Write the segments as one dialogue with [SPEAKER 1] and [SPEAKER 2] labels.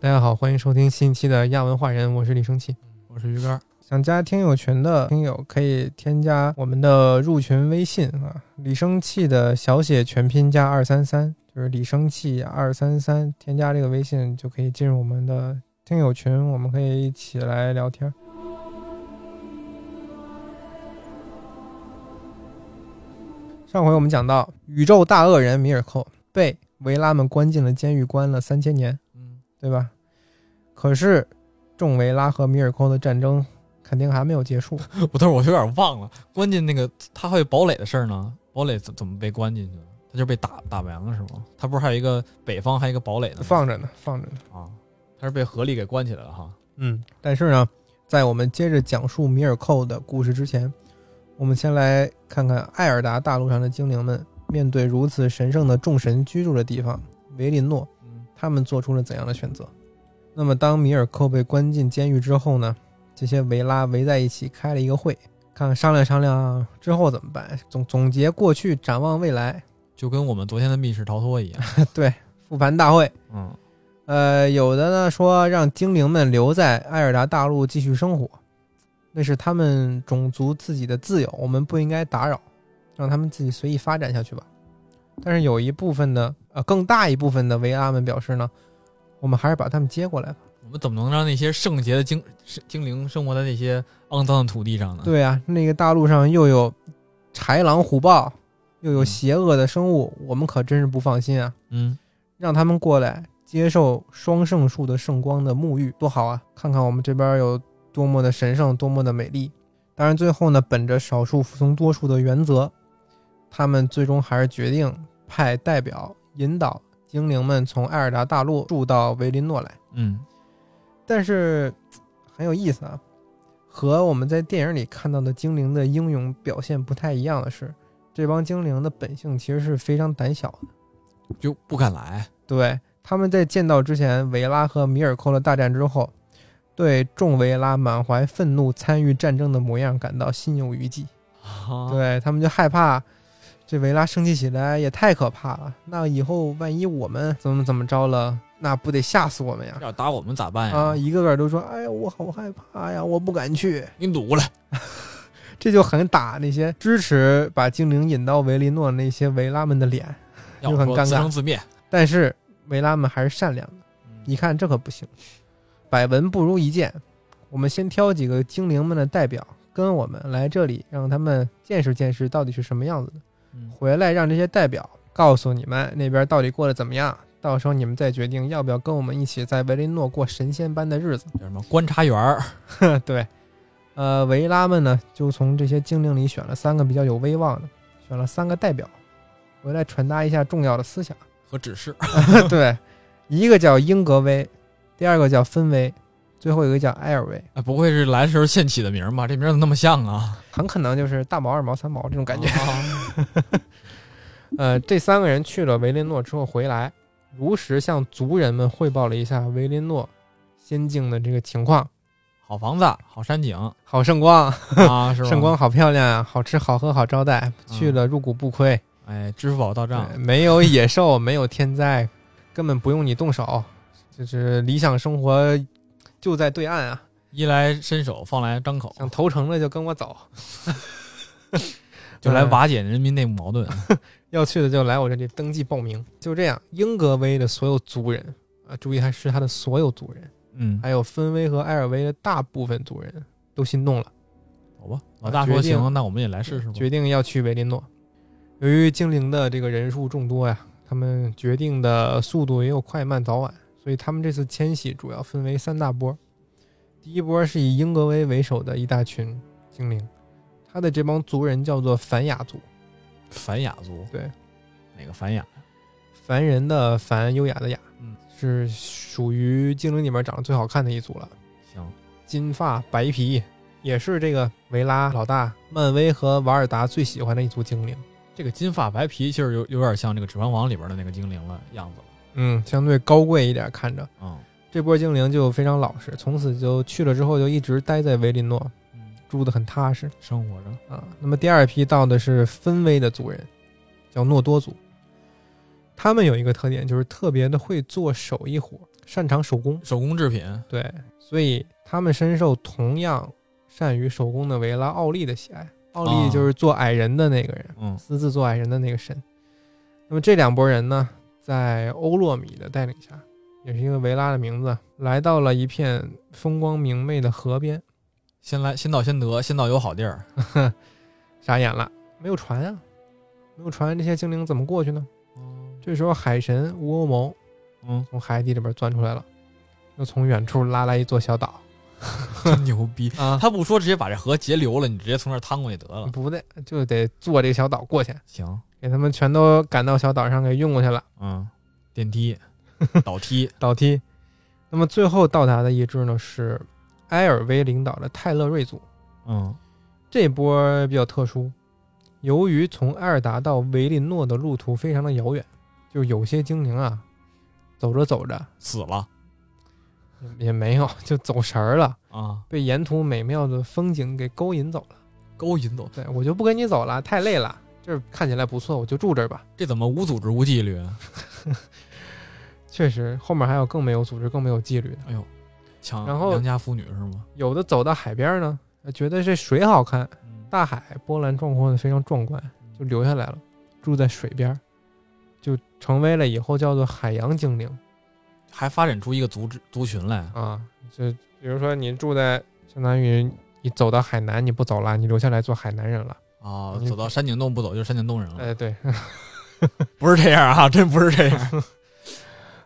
[SPEAKER 1] 大家好，欢迎收听新一期的亚文化人，我是李生气。
[SPEAKER 2] 我是鱼竿儿，
[SPEAKER 1] 想加听友群的听友可以添加我们的入群微信啊，李生气的小写全拼加二三三，就是李生气二三三，添加这个微信就可以进入我们的听友群，我们可以一起来聊天。上回我们讲到，宇宙大恶人米尔寇被维拉们关进了监狱，关了三千年。
[SPEAKER 2] 嗯，
[SPEAKER 1] 对吧？可是，众维拉和米尔寇的战争肯定还没有结束。
[SPEAKER 2] 我但是我有点忘了，关进那个他还有堡垒的事儿呢。堡垒怎怎么被关进去了？他就被打打完了是吗？他不是还有一个北方还有一个堡垒呢吗？
[SPEAKER 1] 放着呢，放着呢。
[SPEAKER 2] 啊，他是被合力给关起来了哈。
[SPEAKER 1] 嗯，但是呢，在我们接着讲述米尔寇的故事之前，我们先来看看艾尔达大陆上的精灵们面对如此神圣的众神居住的地方维林诺，
[SPEAKER 2] 嗯
[SPEAKER 1] 他们做出了怎样的选择？那么，当米尔寇被关进监狱之后呢？这些维拉围在一起开了一个会，看看商量商量之后怎么办，总总结过去，展望未来。
[SPEAKER 2] 就跟我们昨天的密室逃脱一 样。
[SPEAKER 1] 复盘大会。
[SPEAKER 2] 嗯
[SPEAKER 1] 呃，有的呢说让精灵们留在艾尔达大陆继续生活，那是他们种族自己的自由，我们不应该打扰，让他们自己随意发展下去吧。但是有一部分的，呃，更大一部分的维拉们表示呢，我们还是把他们接过来吧。
[SPEAKER 2] 我们怎么能让那些圣洁的精是精灵生活在那些肮脏的土地上呢？，
[SPEAKER 1] 对啊，那个大陆上又有豺狼虎豹，又有
[SPEAKER 2] 嗯
[SPEAKER 1] 邪恶的生物，我们可真是不放心啊。
[SPEAKER 2] 嗯，
[SPEAKER 1] 让他们过来接受双圣树的圣光的沐浴，多好啊！看看我们这边有多么的神圣，多么的美丽。当然，最后呢，本着少数服从多数的原则，他们最终还是决定派代表引导精灵们从艾尔达大陆住到维林诺来。
[SPEAKER 2] 嗯，
[SPEAKER 1] 但是嘖很有意思啊，和我们在电影里看到的精灵的英勇表现不太一样的是，这帮精灵的本性其实是非常胆小的。
[SPEAKER 2] 就不敢来。
[SPEAKER 1] 对，他们在见到之前维拉和米尔寇的大战之后，对众维拉满怀愤怒参与战争的模样感到心有余悸。
[SPEAKER 2] 啊，
[SPEAKER 1] 对他们就害怕这维拉生气起来也太可怕了，那以后万一我们怎么怎么着了，那不得吓死我们呀？
[SPEAKER 2] 要打我们咋办哎呀？
[SPEAKER 1] 啊，一个个都说：“哎呀，我好害怕呀，我不敢去。
[SPEAKER 2] 你堵过来。”
[SPEAKER 1] 这就很打那些支持把精灵引到维林诺那些维拉们的脸。
[SPEAKER 2] 要
[SPEAKER 1] 就很
[SPEAKER 2] 说
[SPEAKER 1] 尴尬
[SPEAKER 2] 自生自灭。
[SPEAKER 1] 但是维拉们还是善良的。你看这可不行，百闻不如一见。我们先挑几个精灵们的代表跟我们来这里，让他们见识见识到底是什么样子的。
[SPEAKER 2] 嗯
[SPEAKER 1] 回来让这些代表告诉你们那边到底过得怎么样，到时候你们再决定要不要跟我们一起在维林诺过神仙般的日子。
[SPEAKER 2] 叫什么观察员儿？
[SPEAKER 1] 对，呃，维拉们呢就从这些精灵里选了三个比较有威望的，选了三个代表，回来传达一下重要的思想。
[SPEAKER 2] 和指示，
[SPEAKER 1] 对，一个叫英格威，第二个叫芬威，最后一个叫埃尔威，
[SPEAKER 2] 哎，不会是来的时候现起的名儿吧？这名儿怎么那么像啊？
[SPEAKER 1] 很可能就是大毛、二毛、三毛这种感觉。
[SPEAKER 2] 啊
[SPEAKER 1] 哦呃，这三个人去了维林诺之后回来，如实向族人们汇报了一下维林诺仙境的这个情况。
[SPEAKER 2] 好房子，好 山景
[SPEAKER 1] 好圣光，
[SPEAKER 2] 啊，是吧？
[SPEAKER 1] 圣光，好漂亮啊！好吃好喝好招待，去了入股不亏，
[SPEAKER 2] 哎，支付宝到账
[SPEAKER 1] 对，没有野兽，没有天灾，根本不用你动手，就是理想生活就在对岸啊！
[SPEAKER 2] 衣来伸手，饭来张口，
[SPEAKER 1] 想投诚的就跟我走。
[SPEAKER 2] 就来瓦解人民内部 矛盾。
[SPEAKER 1] 要去的就来我这里登记报名。就这样，英格威的所有族人啊，注意还是他的所有族人，
[SPEAKER 2] 嗯，
[SPEAKER 1] 还有芬威和埃尔威的大部分族人都心动了，
[SPEAKER 2] 好吧，老大
[SPEAKER 1] 啊
[SPEAKER 2] 说
[SPEAKER 1] 决定
[SPEAKER 2] 行，那我们也来试试吧。
[SPEAKER 1] 决定要去维林诺。由于精灵的这个人数众多呀，他们决定的速度也有快慢早晚，所以他们这次迁徙主要分为三大波。第一波是以英格威为首的一大群精灵，他的这帮族人叫做凡雅族，
[SPEAKER 2] 凡雅族，
[SPEAKER 1] 对，
[SPEAKER 2] 哪个凡雅？
[SPEAKER 1] 凡人的凡，优雅的雅，
[SPEAKER 2] 嗯，
[SPEAKER 1] 是属于精灵里面长得最好看的一组了。
[SPEAKER 2] 行，
[SPEAKER 1] 金发白皮，也是这个维拉老大、漫威和瓦尔达最喜欢的一组精灵。
[SPEAKER 2] 这个金发白皮，其实有有点像这个《指环王》里边的那个精灵了样子了。
[SPEAKER 1] 嗯，相对高贵一点，看着
[SPEAKER 2] 嗯
[SPEAKER 1] 这波精灵就非常老实，从此就去了之后就一直待在维林诺，
[SPEAKER 2] 嗯，
[SPEAKER 1] 住得很踏实
[SPEAKER 2] 生活着，
[SPEAKER 1] 啊。那么第二批到的是芬威的族人，叫诺多族。他们有一个特点，就是特别的会做手艺活，擅长手工，
[SPEAKER 2] 手工制品，
[SPEAKER 1] 对，所以他们深受同样善于手工的维拉奥利的喜爱。奥利
[SPEAKER 2] 啊
[SPEAKER 1] 就是做矮人的那个人，
[SPEAKER 2] 嗯
[SPEAKER 1] 私自做矮人的那个神。那么这两拨人呢，在欧洛米的带领下，也是因为维拉的名字，来到了一片风光明媚的河边。
[SPEAKER 2] 先来先到先得，先到有好地儿。
[SPEAKER 1] 傻眼了，没有船啊，没有船，这些精灵怎么过去呢？这时候，海神乌欧谋
[SPEAKER 2] 嗯，
[SPEAKER 1] 从海底里边钻出来了，又从远处拉来一座小岛
[SPEAKER 2] 真牛逼！
[SPEAKER 1] 啊，嗯
[SPEAKER 2] 他不说直接把这河截流了，你直接从那儿趟过去得了。
[SPEAKER 1] 不对，就得坐这个小岛过去，
[SPEAKER 2] 行，
[SPEAKER 1] 给他们全都赶到小岛上给运过去了，
[SPEAKER 2] 嗯，电梯、倒梯，
[SPEAKER 1] 倒梯。那么最后到达的一支呢是埃尔威领导的泰勒瑞族，
[SPEAKER 2] 嗯
[SPEAKER 1] 这波比较特殊，由于从埃尔达到维林诺的路途非常的遥远，就有些精灵啊，走着走着
[SPEAKER 2] 死了
[SPEAKER 1] 也没有就走神儿了，
[SPEAKER 2] 啊，
[SPEAKER 1] 被沿途美妙的风景给勾引走了。
[SPEAKER 2] 勾引走，
[SPEAKER 1] 对我就不跟你走了，太累了。这儿看起来不错，我就住这儿吧。
[SPEAKER 2] 这怎么无组织无纪律？啊
[SPEAKER 1] 确实，后面还有更没有组织、更没有纪律的。
[SPEAKER 2] 哎呦，抢
[SPEAKER 1] 然后
[SPEAKER 2] 良家妇女是吗？
[SPEAKER 1] 有的走到海边呢，觉得这水好看，
[SPEAKER 2] 嗯
[SPEAKER 1] 大海波澜壮阔的非常壮观，就留下来了，住在水边儿，就成为了以后叫做海洋精灵
[SPEAKER 2] 还发展出一个族之族群来，
[SPEAKER 1] 啊。就比如说你住在，相当于你走到海南，你不走了，你留下来做海南人了。
[SPEAKER 2] 啊，
[SPEAKER 1] 嗯
[SPEAKER 2] 走到山顶洞不走就是山顶洞人了，
[SPEAKER 1] 哎，对，
[SPEAKER 2] 不是这样啊， 真不是 这样。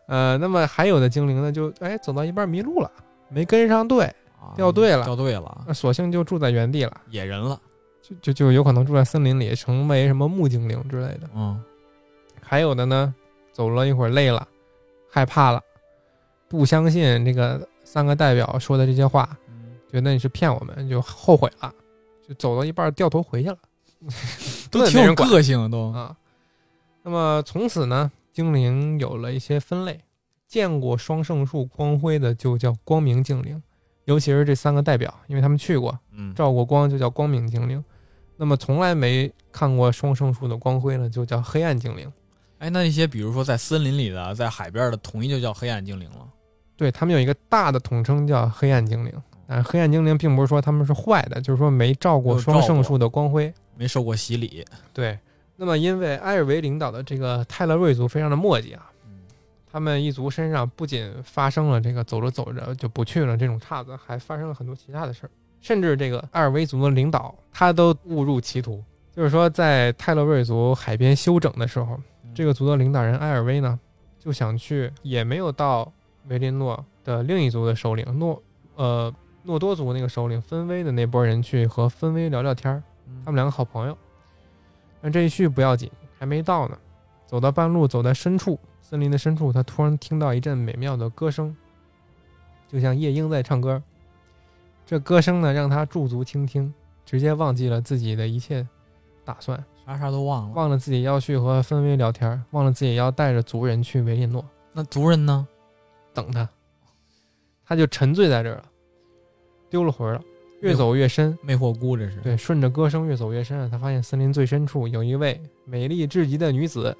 [SPEAKER 1] 呃，那么还有的精灵呢，就哎走到一半迷路了，没跟上队，
[SPEAKER 2] 啊
[SPEAKER 1] 掉队了
[SPEAKER 2] 掉队了，
[SPEAKER 1] 那索性就住在原地了，
[SPEAKER 2] 野人了，
[SPEAKER 1] 就就就有可能住在森林里，成为什么木精灵之类的。
[SPEAKER 2] 嗯，
[SPEAKER 1] 还有的呢，走了一会儿累了，害怕了，不相信这个三个代表说的这些话，觉得你是骗我们，就后悔了，就走到一半掉头回去了，
[SPEAKER 2] 都
[SPEAKER 1] 根本
[SPEAKER 2] 挺
[SPEAKER 1] 没
[SPEAKER 2] 有
[SPEAKER 1] 人管
[SPEAKER 2] 个性的都，
[SPEAKER 1] 啊。那么从此呢，精灵有了一些分类，见过双圣树光辉的就叫光明精灵，尤其是这三个代表，因为他们去过，
[SPEAKER 2] 嗯，
[SPEAKER 1] 照过光就叫光明精灵。那么从来没看过双圣树的光辉呢，就叫黑暗精灵。
[SPEAKER 2] 哎，那一些比如说在森林里的，在海边的，统一就叫黑暗精灵了。
[SPEAKER 1] 对他们有一个大的统称叫黑暗精灵，但是黑暗精灵并不是说他们是坏的，就是说没照
[SPEAKER 2] 没
[SPEAKER 1] 过
[SPEAKER 2] 有照
[SPEAKER 1] 双
[SPEAKER 2] 过
[SPEAKER 1] 圣树的光辉。
[SPEAKER 2] 没受过洗礼，
[SPEAKER 1] 对，那么因为埃尔维领导的这个泰勒瑞族非常的墨迹啊，他们一族身上不仅发生了这个走着走着就不去了这种岔子，还发生了很多其他的事儿，甚至这个埃尔维族的领导他都误入歧途。就是说，在泰勒瑞族海边休整的时候，这个族的领导人埃尔威呢，就想去，也没有到维林诺的另一族的首领诺呃诺多族那个首领芬威的那波人去和芬威聊聊天儿，他们两个好朋友。但这一去不要紧，还没到呢，走到半路，走在深处森林的深处，他突然听到一阵美妙的歌声，就像夜莺在唱歌。这歌声呢，让他驻足倾听，直接忘记了自己的一切打算。
[SPEAKER 2] 啥啥都忘了。
[SPEAKER 1] 忘了自己要去和芬威聊天，忘了自己要带着族人去维列诺
[SPEAKER 2] 那族人呢？
[SPEAKER 1] 等他，他就沉醉在这儿了，丢了魂儿了，越走越深。
[SPEAKER 2] 魅惑菇这是。
[SPEAKER 1] 对，顺着歌声越走越深啊，他发现森林最深处有一位美丽至极的女子，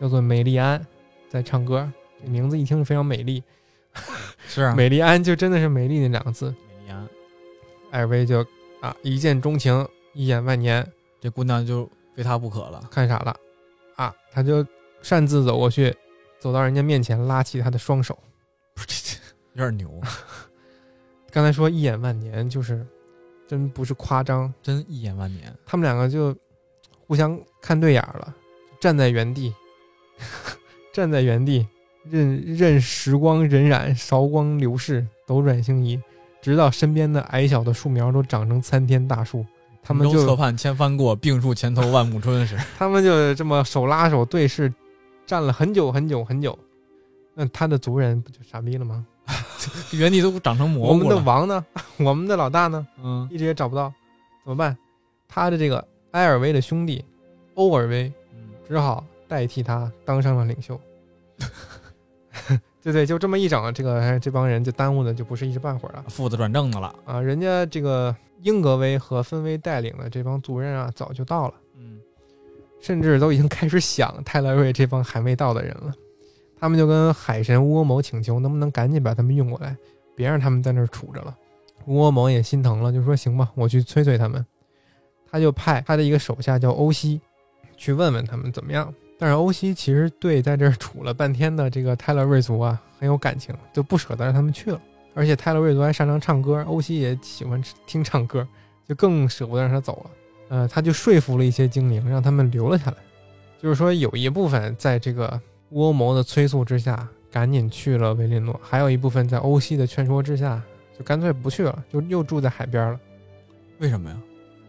[SPEAKER 1] 叫做美丽安，在唱歌。这名字一听就非常美丽，
[SPEAKER 2] 是啊，
[SPEAKER 1] 美丽安就真的是美丽那两个字。
[SPEAKER 2] 美丽安
[SPEAKER 1] 艾尔薇就啊一见钟情，一眼万年，
[SPEAKER 2] 这姑娘就非他不可了。
[SPEAKER 1] 看傻了，啊，他就擅自走过去，走到人家面前，拉起他的双手。
[SPEAKER 2] 不是，这有 点牛，
[SPEAKER 1] 刚才说一眼万年，就是真不是夸张，
[SPEAKER 2] 真一眼万年。
[SPEAKER 1] 他们两个就互相看对眼儿了，站在原地， 站在原地，任任时光荏苒，韶光流逝，斗转星移，直到身边的矮小的树苗都长成参天大树，他们
[SPEAKER 2] 同舟
[SPEAKER 1] 就
[SPEAKER 2] 侧畔千帆过，病树前头万木 春是。
[SPEAKER 1] 他们就这么手拉手对视，站了很久很久很久。那他的族人不就傻逼了吗？
[SPEAKER 2] 原地都长成
[SPEAKER 1] 我
[SPEAKER 2] 蘑
[SPEAKER 1] 们
[SPEAKER 2] 菇
[SPEAKER 1] 的
[SPEAKER 2] 了。
[SPEAKER 1] 王呢？ 我们的老大呢？
[SPEAKER 2] 嗯
[SPEAKER 1] 一直也找不到，怎么办？他的这个埃尔威的兄弟欧尔威
[SPEAKER 2] 嗯，
[SPEAKER 1] 只好代替他当上了领袖。 对对，就这么一整，这个哎这帮人就耽误的就不是一时半会儿了
[SPEAKER 2] 父子转正的了。
[SPEAKER 1] 啊！人家这个英格威和芬威带领的这帮族人啊，早就到了，
[SPEAKER 2] 嗯，
[SPEAKER 1] 甚至都已经开始想泰勒瑞这帮还没到的人了。他们就跟海神乌俄谋请求，能不能赶紧把他们运过来，别让他们在那儿杵着了。乌俄谋也心疼了，就说行吧，我去催催他们。他就派他的一个手下叫欧西，去问问他们怎么样。但是欧西其实对在这儿杵了半天的这个泰勒瑞族啊很有感情，就不舍得让他们去了。而且泰勒瑞族还擅长唱歌，欧西也喜欢听唱歌，就更舍不得让他走了。呃，他就说服了一些精灵，让他们留了下来。就是说，有一部分在这个乌欧谋的催促之下，赶紧去了维林诺；还有一部分在欧西的劝说之下，就干脆不去了，就又住在海边了。
[SPEAKER 2] 为什么呀？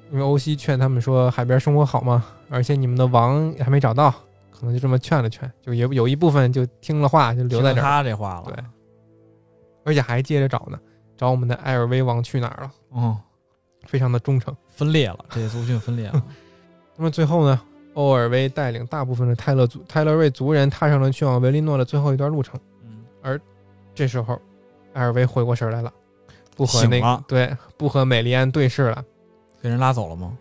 [SPEAKER 1] 因为欧西劝他们说海边生活好嘛，而且你们的王还没找到，可能就这么劝了劝，就也有一部分就听了话，就留在这
[SPEAKER 2] 听
[SPEAKER 1] 儿，
[SPEAKER 2] 他这话了。
[SPEAKER 1] 对，而且还接着找呢，找我们的艾尔威王去哪儿了，
[SPEAKER 2] 嗯，
[SPEAKER 1] 非常的忠诚。
[SPEAKER 2] 分裂了，这些族群分 裂了。
[SPEAKER 1] 那么最后呢，欧尔威带领大部分的泰勒族泰勒瑞族人踏上了去往维林诺的最后一段路程。
[SPEAKER 2] 嗯，
[SPEAKER 1] 这时候，艾尔威回过神来了，不和
[SPEAKER 2] 醒
[SPEAKER 1] 那个
[SPEAKER 2] 了
[SPEAKER 1] 对不和美丽安对视了，
[SPEAKER 2] 给人拉走了吗？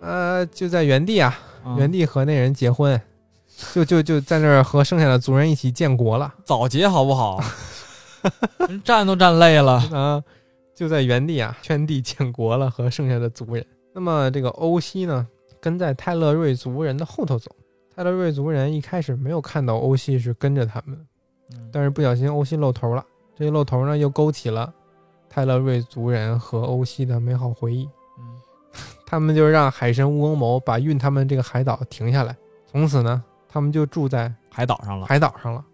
[SPEAKER 1] 呃，就在原地啊，
[SPEAKER 2] 嗯
[SPEAKER 1] 原地和那人结婚，就就就在那儿和剩下的族人一起建国了
[SPEAKER 2] 早结好不好？ 人站都站累了。
[SPEAKER 1] 啊，就在原地啊圈地建国了和剩下的族人。那么这个欧西呢，跟在泰勒瑞族人的后头走。泰勒瑞族人一开始没有看到欧西是跟着他们，但是不小心欧西露头了。这一露头呢，又勾起了泰勒瑞族人和欧西的美好回忆。
[SPEAKER 2] 嗯
[SPEAKER 1] 他们就让海神乌翁谋把运他们这个海岛停下来，从此呢，他们就住在
[SPEAKER 2] 海岛上了。
[SPEAKER 1] 海岛上了，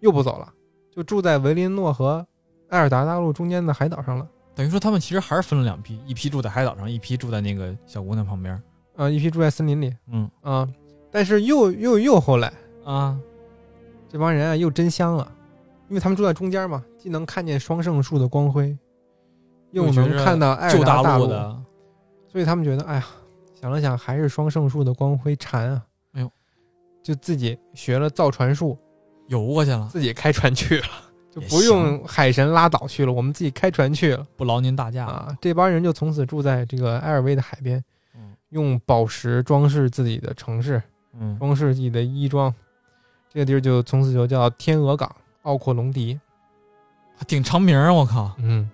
[SPEAKER 1] 又不走了，就住在维林诺和埃尔达大陆中间的海岛上了。
[SPEAKER 2] 等于说他们其实还是分了两批，一批住在海岛上，一批住在那个小姑娘旁边。
[SPEAKER 1] 啊、一批住在森林里
[SPEAKER 2] 嗯
[SPEAKER 1] 啊、但是又又又后来，
[SPEAKER 2] 啊，
[SPEAKER 1] 这帮人啊又真香了，因为他们住在中间嘛，既能看见双圣树的光辉，又
[SPEAKER 2] 又觉
[SPEAKER 1] 能
[SPEAKER 2] 着
[SPEAKER 1] 看到埃尔
[SPEAKER 2] 旧
[SPEAKER 1] 达
[SPEAKER 2] 陆
[SPEAKER 1] 陆，
[SPEAKER 2] 的，
[SPEAKER 1] 所以他们觉得，哎呀，想了想还是双圣树的光辉馋啊，
[SPEAKER 2] 哎呦，
[SPEAKER 1] 就自己学了造船术，
[SPEAKER 2] 游过去了，
[SPEAKER 1] 自己开船去 了，就
[SPEAKER 2] 也
[SPEAKER 1] 不
[SPEAKER 2] 行
[SPEAKER 1] 用海神拉倒去了，我们自己开船去了。
[SPEAKER 2] 不劳您大驾。
[SPEAKER 1] 啊，这帮人就从此住在这个埃尔威的海边，
[SPEAKER 2] 嗯
[SPEAKER 1] 用宝石装饰自己的城市，
[SPEAKER 2] 嗯，
[SPEAKER 1] 装饰自己的衣装。这个地儿就从此就叫天鹅港，奥阔隆迪。
[SPEAKER 2] 还挺长名儿，我靠！
[SPEAKER 1] 嗯，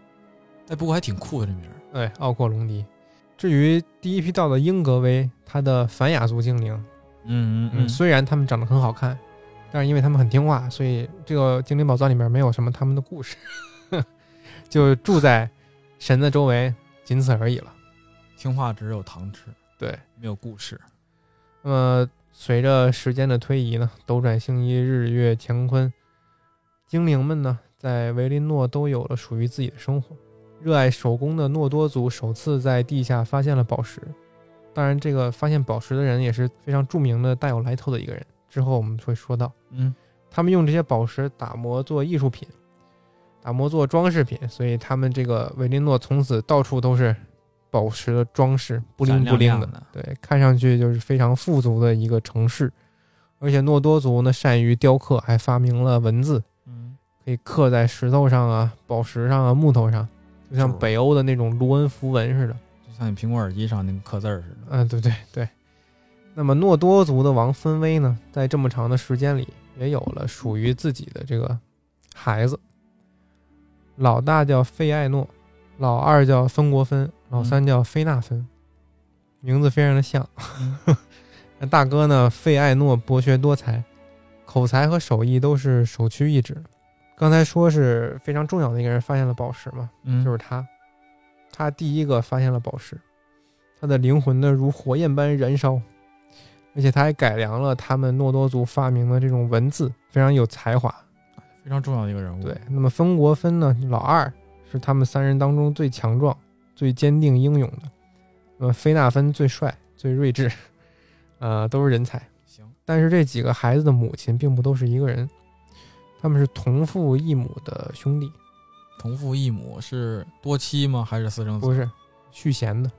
[SPEAKER 2] 哎，不过还挺酷的这名儿。
[SPEAKER 1] 对，奥阔隆迪。至于第一批到的英格威，他的凡雅族精灵，
[SPEAKER 2] 嗯
[SPEAKER 1] 嗯，虽然他们长得很好看，但是因为他们很听话，所以这个精灵宝藏里面没有什么他们的故事， 就住在神的周围，仅此而已了。
[SPEAKER 2] 听话只有糖吃，
[SPEAKER 1] 对，
[SPEAKER 2] 没有故事。
[SPEAKER 1] 那么随着时间的推移呢，斗转星移，日月乾坤，精灵们呢在维林诺都有了属于自己的生活。热爱手工的诺多族首次在地下发现了宝石，当然，这个发现宝石的人也是非常著名的、带有来头的一个人。之后我们会说到，
[SPEAKER 2] 嗯，
[SPEAKER 1] 他们用这些宝石打磨做艺术品，打磨做装饰品，所以他们这个维林诺从此到处都是宝石的装饰，不灵不灵
[SPEAKER 2] 闪亮
[SPEAKER 1] 的
[SPEAKER 2] 亮的。
[SPEAKER 1] 对，看上去就是非常富足的一个城市。而且诺多族呢，善于雕刻，还发明了文字，
[SPEAKER 2] 嗯，
[SPEAKER 1] 可以刻在石头上啊、宝石上啊、木头上，就像
[SPEAKER 2] 是
[SPEAKER 1] 北欧的那种卢恩符文似的。
[SPEAKER 2] 就像你苹果耳机上那个刻字儿似的。
[SPEAKER 1] 嗯，对对对。那么诺多族的王芬威呢，在这么长的时间里，也有了属于自己的这个孩子。老大叫费艾诺，老二叫芬国芬，老三叫菲纳芬，名字非常的像。 那大哥呢，费艾诺博学多才，口才和手艺都是首屈一指。刚才说是非常重要的一个人发现了宝石嘛，
[SPEAKER 2] 嗯，
[SPEAKER 1] 就是他，他第一个发现了宝石，他的灵魂呢如火焰般燃烧，而且他还改良了他们诺多族发明的这种文字，非常有才华。
[SPEAKER 2] 非常重要的一个人物。
[SPEAKER 1] 对，，那么芬国芬呢，老二是他们三人当中最强壮、最坚定、英勇的，那么菲纳芬最帅、最睿智， 呃，都是人才。
[SPEAKER 2] 行，
[SPEAKER 1] 但是这几个孩子的母亲并不都是一个人，他们是同父异母的兄弟，
[SPEAKER 2] 同父异母是多妻吗？还是私生子？
[SPEAKER 1] 不是续弦的。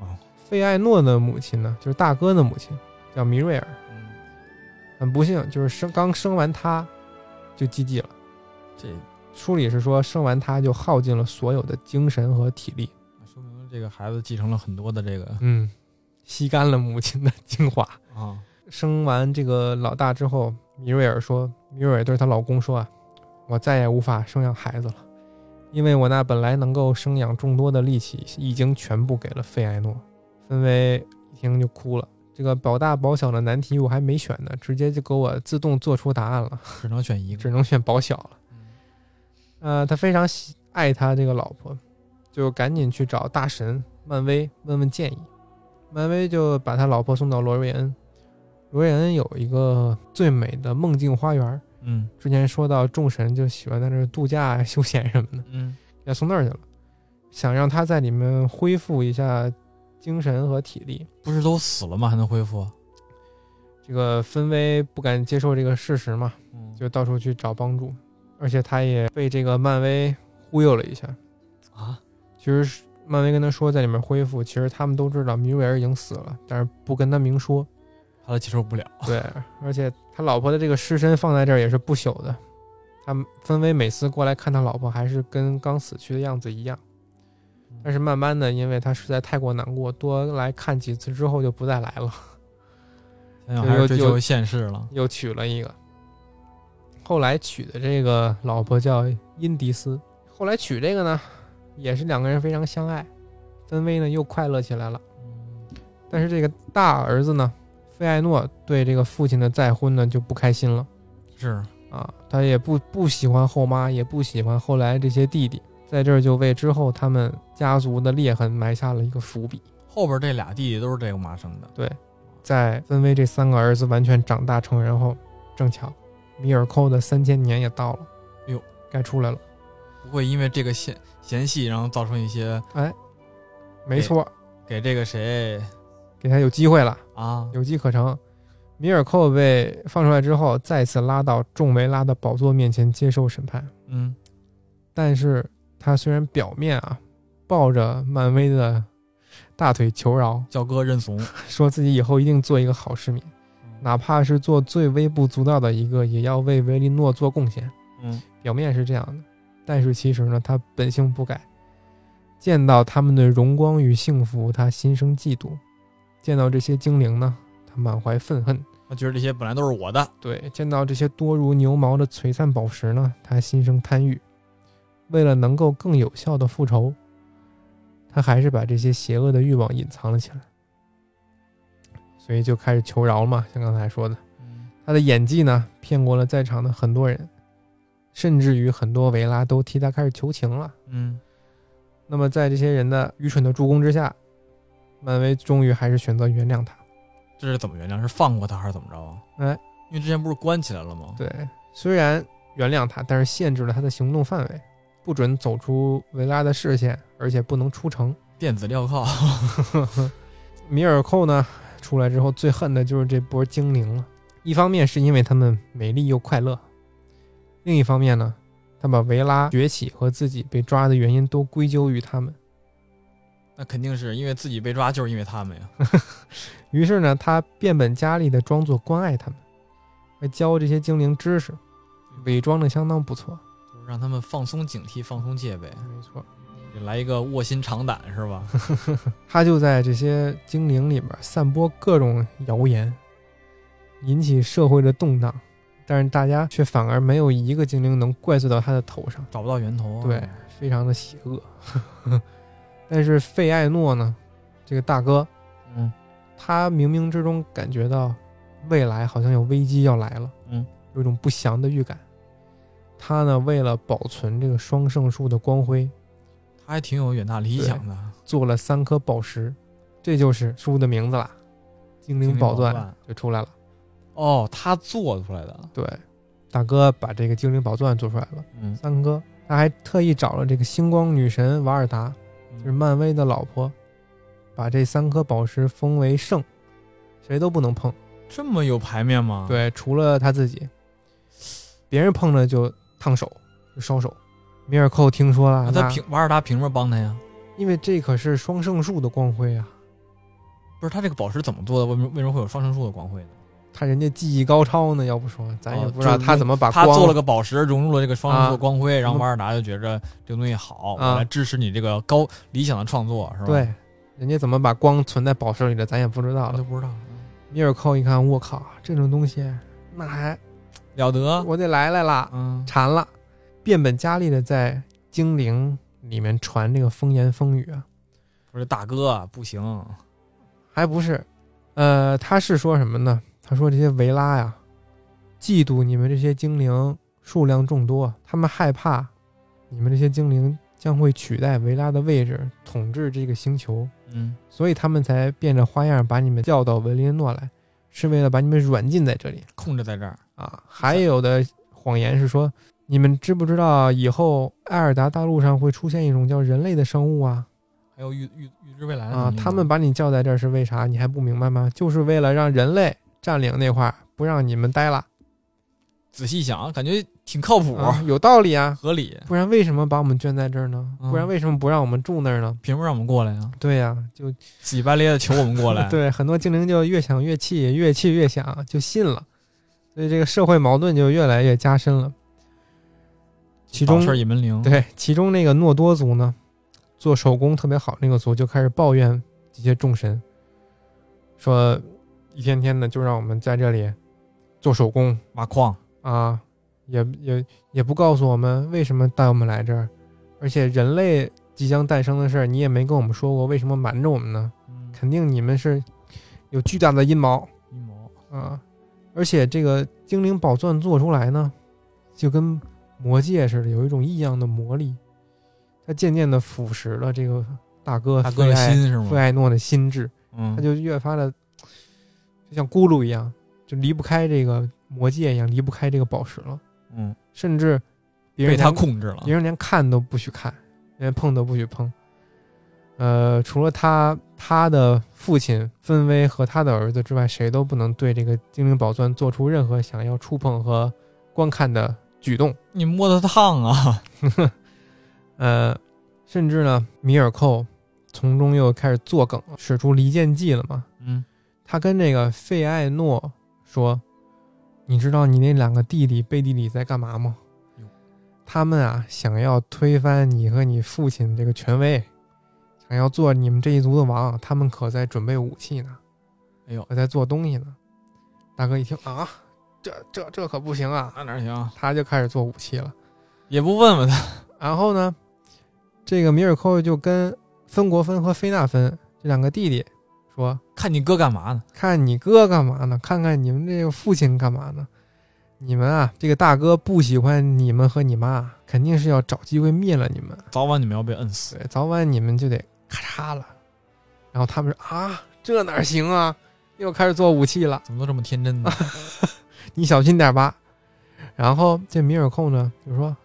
[SPEAKER 2] 哦，
[SPEAKER 1] 费艾诺的母亲呢，就是大哥的母亲，叫米瑞尔。
[SPEAKER 2] 嗯，
[SPEAKER 1] 很不幸，就是生刚生完他，就寂寂了。
[SPEAKER 2] 这
[SPEAKER 1] 书里是说，生完他就耗尽了所有的精神和体力，
[SPEAKER 2] 说明这个孩子继承了很多的这个
[SPEAKER 1] 嗯，吸干了母亲的精华。
[SPEAKER 2] 啊，
[SPEAKER 1] 生完这个老大之后，米瑞尔说：“米蕊对她老公说啊：“我再也无法生养孩子了，因为我那本来能够生养众多的力气已经全部给了费埃诺。”芬薇一听就哭了。这个保大保小的难题我还没选呢，直接就给我自动做出答案了，
[SPEAKER 2] 只能选一个。
[SPEAKER 1] 只能选保小了。
[SPEAKER 2] 嗯
[SPEAKER 1] 呃，他非常喜爱他这个老婆，就赶紧去找大神漫威问问建议。漫威就把他老婆送到罗瑞恩，罗瑞恩有一个最美的梦境花园。
[SPEAKER 2] 嗯
[SPEAKER 1] 之前说到众神就喜欢在那儿度假、休闲什么的，
[SPEAKER 2] 嗯
[SPEAKER 1] 给他送那儿去了，想让他在里面恢复一下精神和体力。
[SPEAKER 2] 不是都死了吗？还能恢复？
[SPEAKER 1] 这个芬薇不敢接受这个事实嘛，
[SPEAKER 2] 嗯，
[SPEAKER 1] 就到处去找帮助，而且他也被这个漫威忽悠了一下，
[SPEAKER 2] 啊，
[SPEAKER 1] 其实是漫威跟他说在里面恢复，其实他们都知道米瑞尔已经死了，但是不跟他明说。
[SPEAKER 2] 怕他接受不了。
[SPEAKER 1] 对，而且他老婆的这个尸身放在这儿也是不朽的。他芬威每次过来看他老婆，还是跟刚死去的样子一样。但是慢慢的，因为他实在太过难过，多来看几次之后就不再来了，
[SPEAKER 2] 想想还是追
[SPEAKER 1] 有
[SPEAKER 2] 求现实了。
[SPEAKER 1] 又娶了一个。后来娶的这个老婆叫殷迪斯，后来娶这个呢，也是两个人非常相爱，芬威呢又快乐起来了。
[SPEAKER 2] 嗯
[SPEAKER 1] 但是这个大儿子呢，费艾诺对这个父亲的再婚呢就不开心了
[SPEAKER 2] 是，
[SPEAKER 1] 啊，他也不不喜欢后妈，也不喜欢后来这些弟弟，在这儿就为之后他们家族的裂痕埋下了一个伏笔。
[SPEAKER 2] 后边这俩弟弟都是这个妈生的。
[SPEAKER 1] 在芬威这三个儿子完全长大成人后，正巧米尔寇的三千年也到了，
[SPEAKER 2] 哎呦，
[SPEAKER 1] 该出来了，
[SPEAKER 2] 不会因为这个嫌嫌隙，然后造成一些
[SPEAKER 1] 没错，
[SPEAKER 2] 给这个谁
[SPEAKER 1] 给他有机会了，
[SPEAKER 2] 啊
[SPEAKER 1] 有机可乘。米尔寇被放出来之后，再次拉到众维拉的宝座面前接受审判。
[SPEAKER 2] 嗯
[SPEAKER 1] 但是他虽然表面啊抱着漫威的大腿求饶，
[SPEAKER 2] 叫哥认怂，
[SPEAKER 1] 说自己以后一定做一个好市民，哪怕是做最微不足道的一个，也要为维利诺做贡献。
[SPEAKER 2] 嗯
[SPEAKER 1] 表面是这样的，但是其实呢，他本性不改。见到他们的荣光与幸福，他心生嫉妒；见到这些精灵呢，他满怀愤恨；
[SPEAKER 2] 他觉得这些本来都是我的，
[SPEAKER 1] 对，见到这些多如牛毛的璀璨宝石呢，他心生贪欲。为了能够更有效的复仇，他还是把这些邪恶的欲望隐藏了起来，所以就开始求饶嘛，像刚才说的，
[SPEAKER 2] 嗯
[SPEAKER 1] 他的演技呢，骗过了在场的很多人，甚至于很多维拉都替他开始求情了。
[SPEAKER 2] 嗯，
[SPEAKER 1] 那么在这些人的愚蠢的助攻之下，漫威终于还是选择原谅他。
[SPEAKER 2] 这是怎么原谅？是放过他还是怎么着啊？
[SPEAKER 1] 哎，
[SPEAKER 2] 因为之前不是关起来了吗？
[SPEAKER 1] 对，虽然原谅他，但是限制了他的行动范围，不准走出维拉的视线，而且不能出城。
[SPEAKER 2] 电子镣铐，
[SPEAKER 1] 米尔寇呢，出来之后最恨的就是这波精灵了。一方面是因为他们美丽又快乐，另一方面呢，他把维拉崛起和自己被抓的原因都归咎于他们。
[SPEAKER 2] 那肯定是因为自己被抓，就是因为他们呀。
[SPEAKER 1] 于是呢，他变本加厉地装作关爱他们，还教这些精灵知识，伪装得相当不错。
[SPEAKER 2] 就是让他们放松警惕，放松戒备，
[SPEAKER 1] 没错，
[SPEAKER 2] 给来一个卧薪尝胆，是吧？
[SPEAKER 1] 他就在这些精灵里边散播各种谣言，引起社会的动荡，但是大家却反而没有一个精灵能怪罪到他的头上，
[SPEAKER 2] 找不到源头、啊。
[SPEAKER 1] 对，非常的邪恶。 但是费艾诺呢，这个大哥，
[SPEAKER 2] 嗯，
[SPEAKER 1] 他冥冥之中感觉到未来好像有危机要来了，
[SPEAKER 2] 嗯，
[SPEAKER 1] 有一种不祥的预感。他呢，为了保存这个双圣树的光辉，
[SPEAKER 2] 他还挺有远大理想的。
[SPEAKER 1] 做了三颗宝石，这就是书的名字啦，《精灵宝
[SPEAKER 2] 钻
[SPEAKER 1] 钻》就出来了。
[SPEAKER 2] 哦，他做出来的。
[SPEAKER 1] 对，大哥把这个精灵宝钻做出来了，
[SPEAKER 2] 嗯，
[SPEAKER 1] 三哥他还特意找了这个星光女神瓦尔达，
[SPEAKER 2] 嗯
[SPEAKER 1] 就是漫威的老婆，把这三颗宝石封为圣，谁都不能碰。
[SPEAKER 2] 这么有牌面吗？，
[SPEAKER 1] 对，除了他自己，别人碰了就烫手，就烧手。米尔寇听说了，
[SPEAKER 2] 那他
[SPEAKER 1] 那
[SPEAKER 2] 凭瓦尔达凭什么帮他呀？
[SPEAKER 1] 因为这可是双圣树的光辉啊，
[SPEAKER 2] 不是他这个宝石怎么做的？为什么为什么会有双生树的光辉呢？
[SPEAKER 1] 他人家技艺高超呢，要不说咱也
[SPEAKER 2] 哦
[SPEAKER 1] 不知道
[SPEAKER 2] 就是
[SPEAKER 1] 他怎么把
[SPEAKER 2] 他
[SPEAKER 1] 光
[SPEAKER 2] 做了个宝石，融入了这个双生树
[SPEAKER 1] 啊
[SPEAKER 2] 的光辉，然后
[SPEAKER 1] 嗯
[SPEAKER 2] 瓦尔达就觉着这个东西好，
[SPEAKER 1] 啊
[SPEAKER 2] 我来支持你这个高理想的创作，是吧？
[SPEAKER 1] 对，人家怎么把光存在宝石里的，咱也不知道
[SPEAKER 2] 我
[SPEAKER 1] 了
[SPEAKER 2] 都。不知道。
[SPEAKER 1] 米尔寇一看，我靠，这种东西那还
[SPEAKER 2] 了得，
[SPEAKER 1] 我得来来啦，
[SPEAKER 2] 嗯，
[SPEAKER 1] 馋了，变本加厉的在精灵里面传这个风言风语啊，
[SPEAKER 2] 我说大哥啊不行，
[SPEAKER 1] 还不是，呃，他是说什么呢？他说这些维拉呀，嫉妒你们这些精灵数量众多，他们害怕你们这些精灵将会取代维拉的位置，统治这个星球，
[SPEAKER 2] 嗯，
[SPEAKER 1] 所以他们才变着花样把你们叫到维林诺来，是为了把你们软禁在这里
[SPEAKER 2] 控制在这儿，
[SPEAKER 1] 啊。还有的谎言是说，你们知不知道以后艾尔达大陆上会出现一种叫人类的生物啊？
[SPEAKER 2] 还有预预预知未来的
[SPEAKER 1] 啊
[SPEAKER 2] 能力，
[SPEAKER 1] 他
[SPEAKER 2] 吗
[SPEAKER 1] 们把你叫在这儿是为啥？你还不明白吗？就是为了让人类占领那块儿，不让你们待了。
[SPEAKER 2] 仔细想，感觉挺靠谱，
[SPEAKER 1] 啊，有道理啊，
[SPEAKER 2] 合理，
[SPEAKER 1] 不然为什么把我们圈在这儿呢？
[SPEAKER 2] 嗯
[SPEAKER 1] 不然为什么不让我们住那儿呢？
[SPEAKER 2] 凭什么让我们过来啊？
[SPEAKER 1] 对呀、就
[SPEAKER 2] 死乞白咧的求我们过 来，
[SPEAKER 1] 对，很多精灵就越想越气，越气越想，就信了，所以这个社会矛盾就越来越加深了。其中
[SPEAKER 2] 事儿一门铃，
[SPEAKER 1] 对，其中那个诺多族呢，做手工特别好那个族就开始抱怨这些众神，说一天天的就让我们在这里做手工
[SPEAKER 2] 挖矿，
[SPEAKER 1] 啊，也也也不告诉我们为什么带我们来这儿，而且人类即将诞生的事儿你也没跟我们说过，为什么瞒着我们呢？
[SPEAKER 2] 嗯，
[SPEAKER 1] 肯定你们是有巨大的阴谋
[SPEAKER 2] 阴谋，
[SPEAKER 1] 啊！而且这个精灵宝钻做出来呢，就跟魔戒似的，有一种异样的魔力。它渐渐的腐蚀了这个大哥
[SPEAKER 2] 大哥
[SPEAKER 1] 费
[SPEAKER 2] 的
[SPEAKER 1] 艾
[SPEAKER 2] 心是
[SPEAKER 1] 费
[SPEAKER 2] 吗？
[SPEAKER 1] 艾诺的心智，
[SPEAKER 2] 嗯
[SPEAKER 1] 他，就越发的就像咕噜一样，就离不开这个魔戒一样，离不开这个宝石了。
[SPEAKER 2] 嗯，
[SPEAKER 1] 甚至别
[SPEAKER 2] 被
[SPEAKER 1] 人
[SPEAKER 2] 他
[SPEAKER 1] 连
[SPEAKER 2] 控制了，
[SPEAKER 1] 别人连看都不许看，连碰都不许碰。呃，除了他，他的父亲芬威和他的儿子之外，谁都不能对这个精灵宝钻做出任何想要触碰和观看的举动。
[SPEAKER 2] 你摸的烫 啊，
[SPEAKER 1] 呃，甚至呢，米尔寇从中又开始作梗了，使出离间计了嘛。
[SPEAKER 2] 嗯，
[SPEAKER 1] 他跟这个费艾诺说：“你知道你那两个弟弟贝蒂里在干嘛吗
[SPEAKER 2] 哟？
[SPEAKER 1] 他们啊，想要推翻你和你父亲这个权威，想要做你们这一族的王。他们可在准备武器呢，
[SPEAKER 2] 哎呦，
[SPEAKER 1] 可在做东西呢。”大哥一听啊，这这这可不行啊！
[SPEAKER 2] 那哪行？
[SPEAKER 1] 他就开始做武器了。
[SPEAKER 2] 也不问问他，
[SPEAKER 1] 然后呢，这个米尔寇就跟芬国芬和菲纳芬这两个弟弟说：“
[SPEAKER 2] 看你哥干嘛呢？
[SPEAKER 1] 看你哥干嘛呢？看看你们这个父亲干嘛呢？你们啊，这个大哥不喜欢你们和你妈，肯定是要找机会灭了你们。
[SPEAKER 2] 早晚你们要被摁死。
[SPEAKER 1] 对，早晚你们就得咔嚓了。然后他们说啊，这哪行啊？又开始做武器了，
[SPEAKER 2] 怎么都这么 天真呢？
[SPEAKER 1] 你小心点吧。然后这米尔寇呢，就说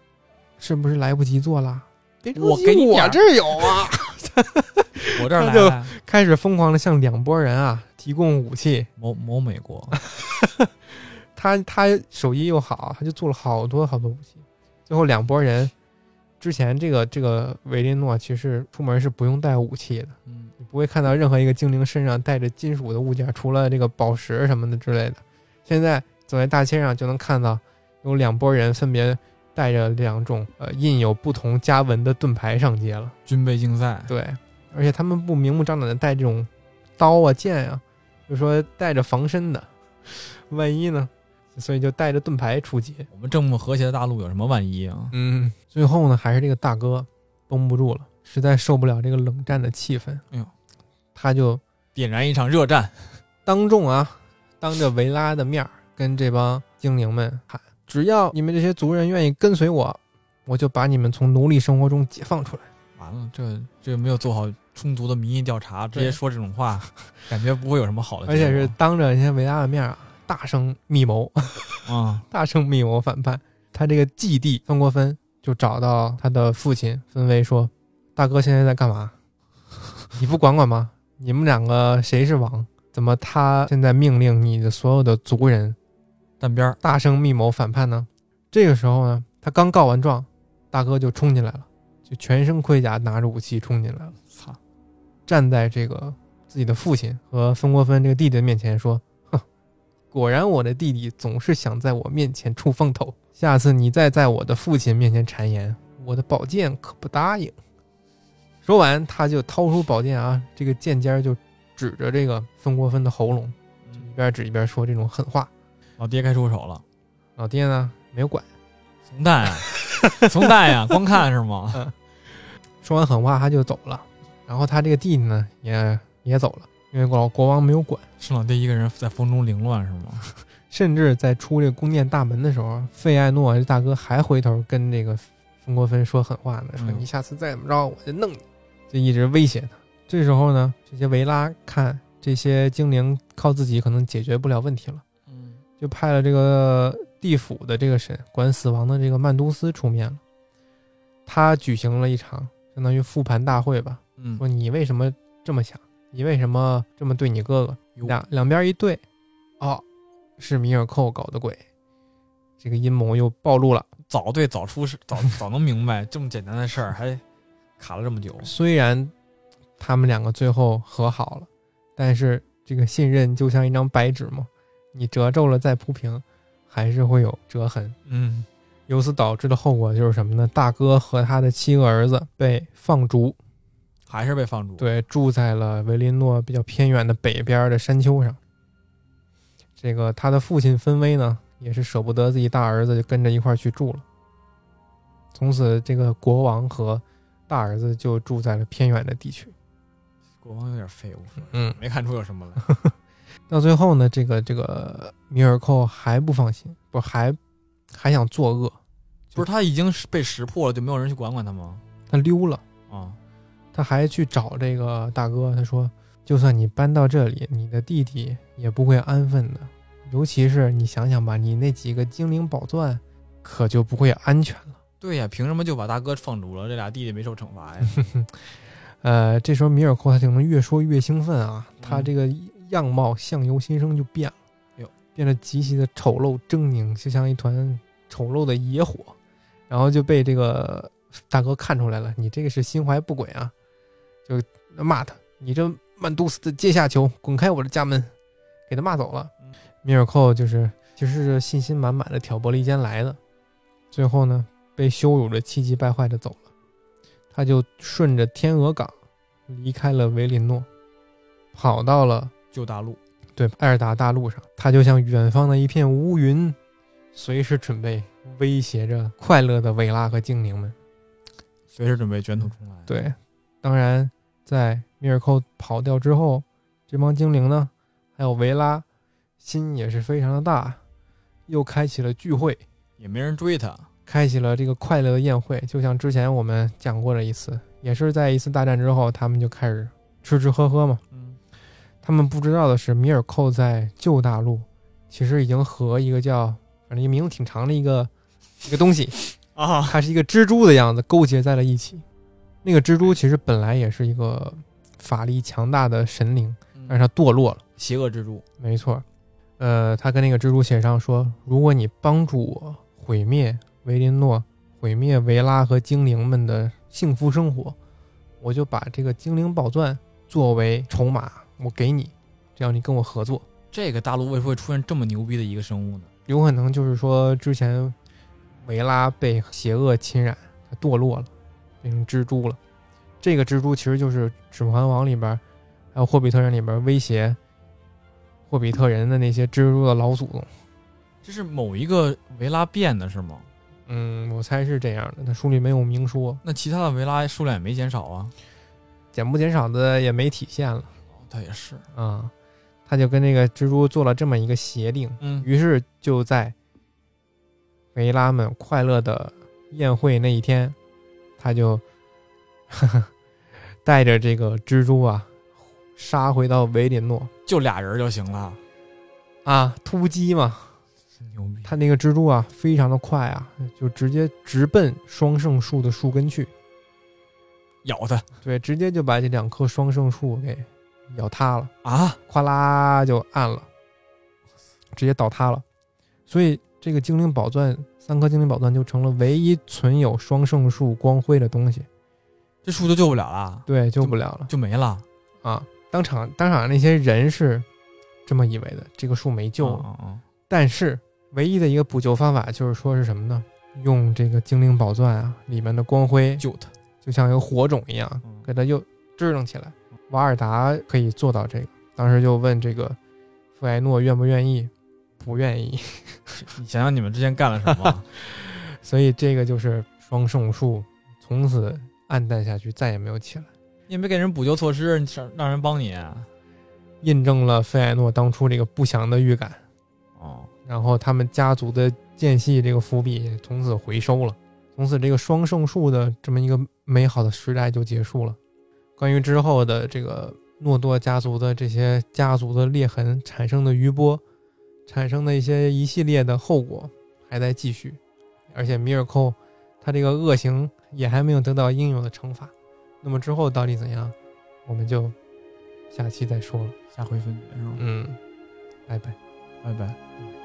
[SPEAKER 1] 是不是来不及做了？别着急
[SPEAKER 2] 我给你
[SPEAKER 1] 我
[SPEAKER 2] 点儿
[SPEAKER 1] 这儿有啊。
[SPEAKER 2] 我这儿来
[SPEAKER 1] 他就
[SPEAKER 2] 来
[SPEAKER 1] 开始疯狂的向两拨人啊提供武器，
[SPEAKER 2] 某某美国，
[SPEAKER 1] 他他手艺又好，他就做了好多好多武器。最后两拨人，之前这个这个维林诺其实出门是不用带武器的，
[SPEAKER 2] 嗯，
[SPEAKER 1] 你不会看到任何一个精灵身上带着金属的物件，除了这个宝石什么的之类的。现在走在大街上就能看到有两拨人分别带着两种呃印有不同家纹的盾牌上街了。
[SPEAKER 2] 军备竞赛，
[SPEAKER 1] 对，而且他们不明目张胆的带这种刀啊、剑啊，就说带着防身的，万一呢？所以就带着盾牌出击。
[SPEAKER 2] 我们这么和谐的大陆有什么万一啊？
[SPEAKER 1] 嗯，最后呢，还是这个大哥绷不住了，实在受不了这个冷战的气氛。
[SPEAKER 2] 哎呦，
[SPEAKER 1] 他就
[SPEAKER 2] 点燃一场热战，
[SPEAKER 1] 当众啊，当着维拉的面儿跟这帮精灵们喊：“只要你们这些族人愿意跟随我，我就把你们从奴隶生活中解放出来。
[SPEAKER 2] 完了，这这没有做好充足的民意调查，直接
[SPEAKER 1] 对
[SPEAKER 2] 说这种话，感觉不会有什么好”的
[SPEAKER 1] 而
[SPEAKER 2] 结果。
[SPEAKER 1] 且是当着人家维拉的面儿啊，大声密谋。
[SPEAKER 2] 啊，
[SPEAKER 1] 大声密谋反叛。他这个继弟曾国藩就找到他的父亲分威说：“大哥现在在干嘛？你不管管吗？你们两个谁是王？怎么他现在命令你的所有的族人
[SPEAKER 2] 站边儿，
[SPEAKER 1] 大声密谋反叛呢？”这个时候呢，他刚告完状，大哥就冲进来了，就全身盔甲，拿着武器冲进来了，
[SPEAKER 2] 操，
[SPEAKER 1] 站在这个自己的父亲和曾国藩这个弟弟的面前说：“果然我的弟弟总是想在我面前出风头。下次你再在我的父亲面前谗言，我的宝剑可不答应。”说完，他就掏出宝剑啊，这个剑尖儿就指着这个曾国藩的喉咙，一边指一边说这种狠话。
[SPEAKER 2] 老爹该出手了，
[SPEAKER 1] 老爹呢没有管。
[SPEAKER 2] 怂蛋呀、 怂蛋呀、光看是吗？
[SPEAKER 1] 说完狠话，他就走了。然后他这个弟弟呢，也也走了，因为老国王没有管，
[SPEAKER 2] 是老爹一个人在风中凌乱是吗？
[SPEAKER 1] 甚至在出这个宫殿大门的时候，费艾诺这大哥还回头跟这个风国芬说狠话呢，说
[SPEAKER 2] 嗯
[SPEAKER 1] 你下次再怎么着，我就弄你，就一直威胁他。这时候呢，这些维拉看这些精灵靠自己可能解决不了问题了，
[SPEAKER 2] 嗯，
[SPEAKER 1] 就派了这个地府的这个神管死亡的这个曼都斯出面了，他举行了一场相当于复盘大会吧，
[SPEAKER 2] 嗯
[SPEAKER 1] 说你为什么这么想？你为什么这么对你哥哥？
[SPEAKER 2] 哟
[SPEAKER 1] 两两边一对，哦，是米尔寇搞的鬼，这个阴谋又暴露了。
[SPEAKER 2] 早对早出是早早能明白这么简单的事儿，还卡了这么久。
[SPEAKER 1] 虽然他们两个最后和好了，但是这个信任就像一张白纸嘛，你褶皱了再铺平，还是会有折痕。
[SPEAKER 2] 嗯，
[SPEAKER 1] 由此导致的后果就是什么呢？大哥和他的七个儿子被放逐，
[SPEAKER 2] 还是被放逐。，
[SPEAKER 1] 对，住在了维林诺比较偏远的北边的山丘上。这个他的父亲芬威呢，也是舍不得自己大儿子，就跟着一块儿去住了。从此，这个国王和大儿子就住在了偏远的地区。
[SPEAKER 2] 国王有点废物，
[SPEAKER 1] 嗯，
[SPEAKER 2] 没看出有什么来。
[SPEAKER 1] 到最后呢，这个这个米尔寇还不放心，不是还还想作恶，
[SPEAKER 2] 不是他已经是被识破了，就没有人去管管他吗？
[SPEAKER 1] 他溜了，
[SPEAKER 2] 啊，
[SPEAKER 1] 他还去找这个大哥，他说：“就算你搬到这里，你的弟弟也不会安分的。尤其是你想想吧，你那几个精灵宝钻，可就不会安全了。
[SPEAKER 2] 对呀，凭什么就把大哥放逐了？这俩弟弟没受惩罚呀？”
[SPEAKER 1] 呃，这时候米尔寇他可能越说越兴奋啊，他
[SPEAKER 2] 嗯哎
[SPEAKER 1] 这个样貌相由心生就变了
[SPEAKER 2] 哟，
[SPEAKER 1] 变得极其的丑陋狰狞，就像一团丑陋的野火。然后就被这个大哥看出来了，你这个是心怀不轨啊！就骂他，你这曼都斯的阶下囚，滚开我的家门！给他骂走了
[SPEAKER 2] 嗯。
[SPEAKER 1] 米尔寇就是其实是信心满满的挑拨离间来的，最后呢被羞辱的气急败坏的走了，他就顺着天鹅港离开了维林诺，跑到了
[SPEAKER 2] 救大陆，
[SPEAKER 1] 对艾尔达大陆上，他就像远方的一片乌云，随时准备威胁着快乐的维拉和精灵们。
[SPEAKER 2] 随时准备卷土重来。，
[SPEAKER 1] 对，当然，在米尔寇跑掉之后，这帮精灵呢，还有维拉，心也是非常的大，又开启了聚会，
[SPEAKER 2] 也没人追他。
[SPEAKER 1] 开启了这个快乐的宴会。就像之前我们讲过的一次，也是在一次大战之后，他们就开始吃吃喝喝嘛。
[SPEAKER 2] 嗯，
[SPEAKER 1] 他们不知道的是，米尔寇在旧大陆其实已经和一个叫反正一个名字挺长的一个一个东西，
[SPEAKER 2] 啊，
[SPEAKER 1] 它是一个蜘蛛的样子勾结在了一起。那个蜘蛛其实本来也是一个法力强大的神灵，
[SPEAKER 2] 嗯
[SPEAKER 1] 但是它堕落了。
[SPEAKER 2] 邪恶之蛛，
[SPEAKER 1] 没错，呃，他跟那个蜘蛛协商说，如果你帮助我毁灭维林诺、毁灭维拉和精灵们的幸福生活，我就把这个精灵宝钻作为筹码，我给你，只要你跟我合作。
[SPEAKER 2] 这个大陆为什么会出现这么牛逼的一个生物呢？
[SPEAKER 1] 有可能就是说之前维拉被邪恶侵染，他堕落了，变成蜘蛛了。这个蜘蛛其实就是《指环王》里边儿，还有《霍比特人》里边儿威胁霍比特人的那些蜘蛛的老祖宗。
[SPEAKER 2] 这是某一个维拉变的是吗？
[SPEAKER 1] 嗯，我猜是这样的。那书里没有明说，
[SPEAKER 2] 那其他的维拉数量也没减少啊。
[SPEAKER 1] 减不减少的也没体现了
[SPEAKER 2] 哦，他也是，
[SPEAKER 1] 啊。他就跟这个蜘蛛做了这么一个协定，
[SPEAKER 2] 嗯，
[SPEAKER 1] 于是就在维拉们快乐的宴会那一天，他就 呵呵带着这个蜘蛛啊，杀回到维林诺
[SPEAKER 2] 就俩人就行了，
[SPEAKER 1] 啊，突击嘛。
[SPEAKER 2] 真牛逼！
[SPEAKER 1] 他那个蜘蛛啊，非常的快啊，就直接直奔双圣树的树根去，
[SPEAKER 2] 咬他
[SPEAKER 1] 对，直接就把这两棵双圣树给咬塌了。
[SPEAKER 2] 啊！
[SPEAKER 1] 哗啦就按了，直接倒塌了。所以这个精灵宝钻，三颗精灵宝钻就成了唯一存有双圣树光辉的东西，
[SPEAKER 2] 这树就救不了了，
[SPEAKER 1] 对，救不了了
[SPEAKER 2] 就没了，
[SPEAKER 1] 啊！当场当场那些人是这么以为的，这个树没救了。
[SPEAKER 2] 嗯嗯
[SPEAKER 1] 但是唯一的一个补救方法就是说是什么呢？用这个精灵宝钻啊里面的光辉
[SPEAKER 2] 嗯，救他。
[SPEAKER 1] 就像一个火种一样，
[SPEAKER 2] 嗯
[SPEAKER 1] 给它又支棱起来。瓦尔达可以做到这个，当时就问这个费埃诺愿不愿意，不愿意。
[SPEAKER 2] 你想想你们之前干了什么？
[SPEAKER 1] 所以这个就是双圣术从此暗淡下去，再也没有起来，
[SPEAKER 2] 你也没给人补救措施，你想让人帮你、啊
[SPEAKER 1] 印证了费艾诺当初这个不祥的预感。
[SPEAKER 2] 哦，
[SPEAKER 1] 然后他们家族的间隙这个伏笔也从此回收了，从此这个双圣树的这么一个美好的时代就结束了。关于之后的这个诺多家族的这些家族的裂痕产生的余波，产生的一些一系列的后果还在继续，而且米尔寇他这个恶行也还没有得到应有的惩罚。那么之后到底怎样，我们就下期再说了。
[SPEAKER 2] 下回分解是吗？
[SPEAKER 1] 嗯，拜拜。
[SPEAKER 2] 拜拜。
[SPEAKER 1] 嗯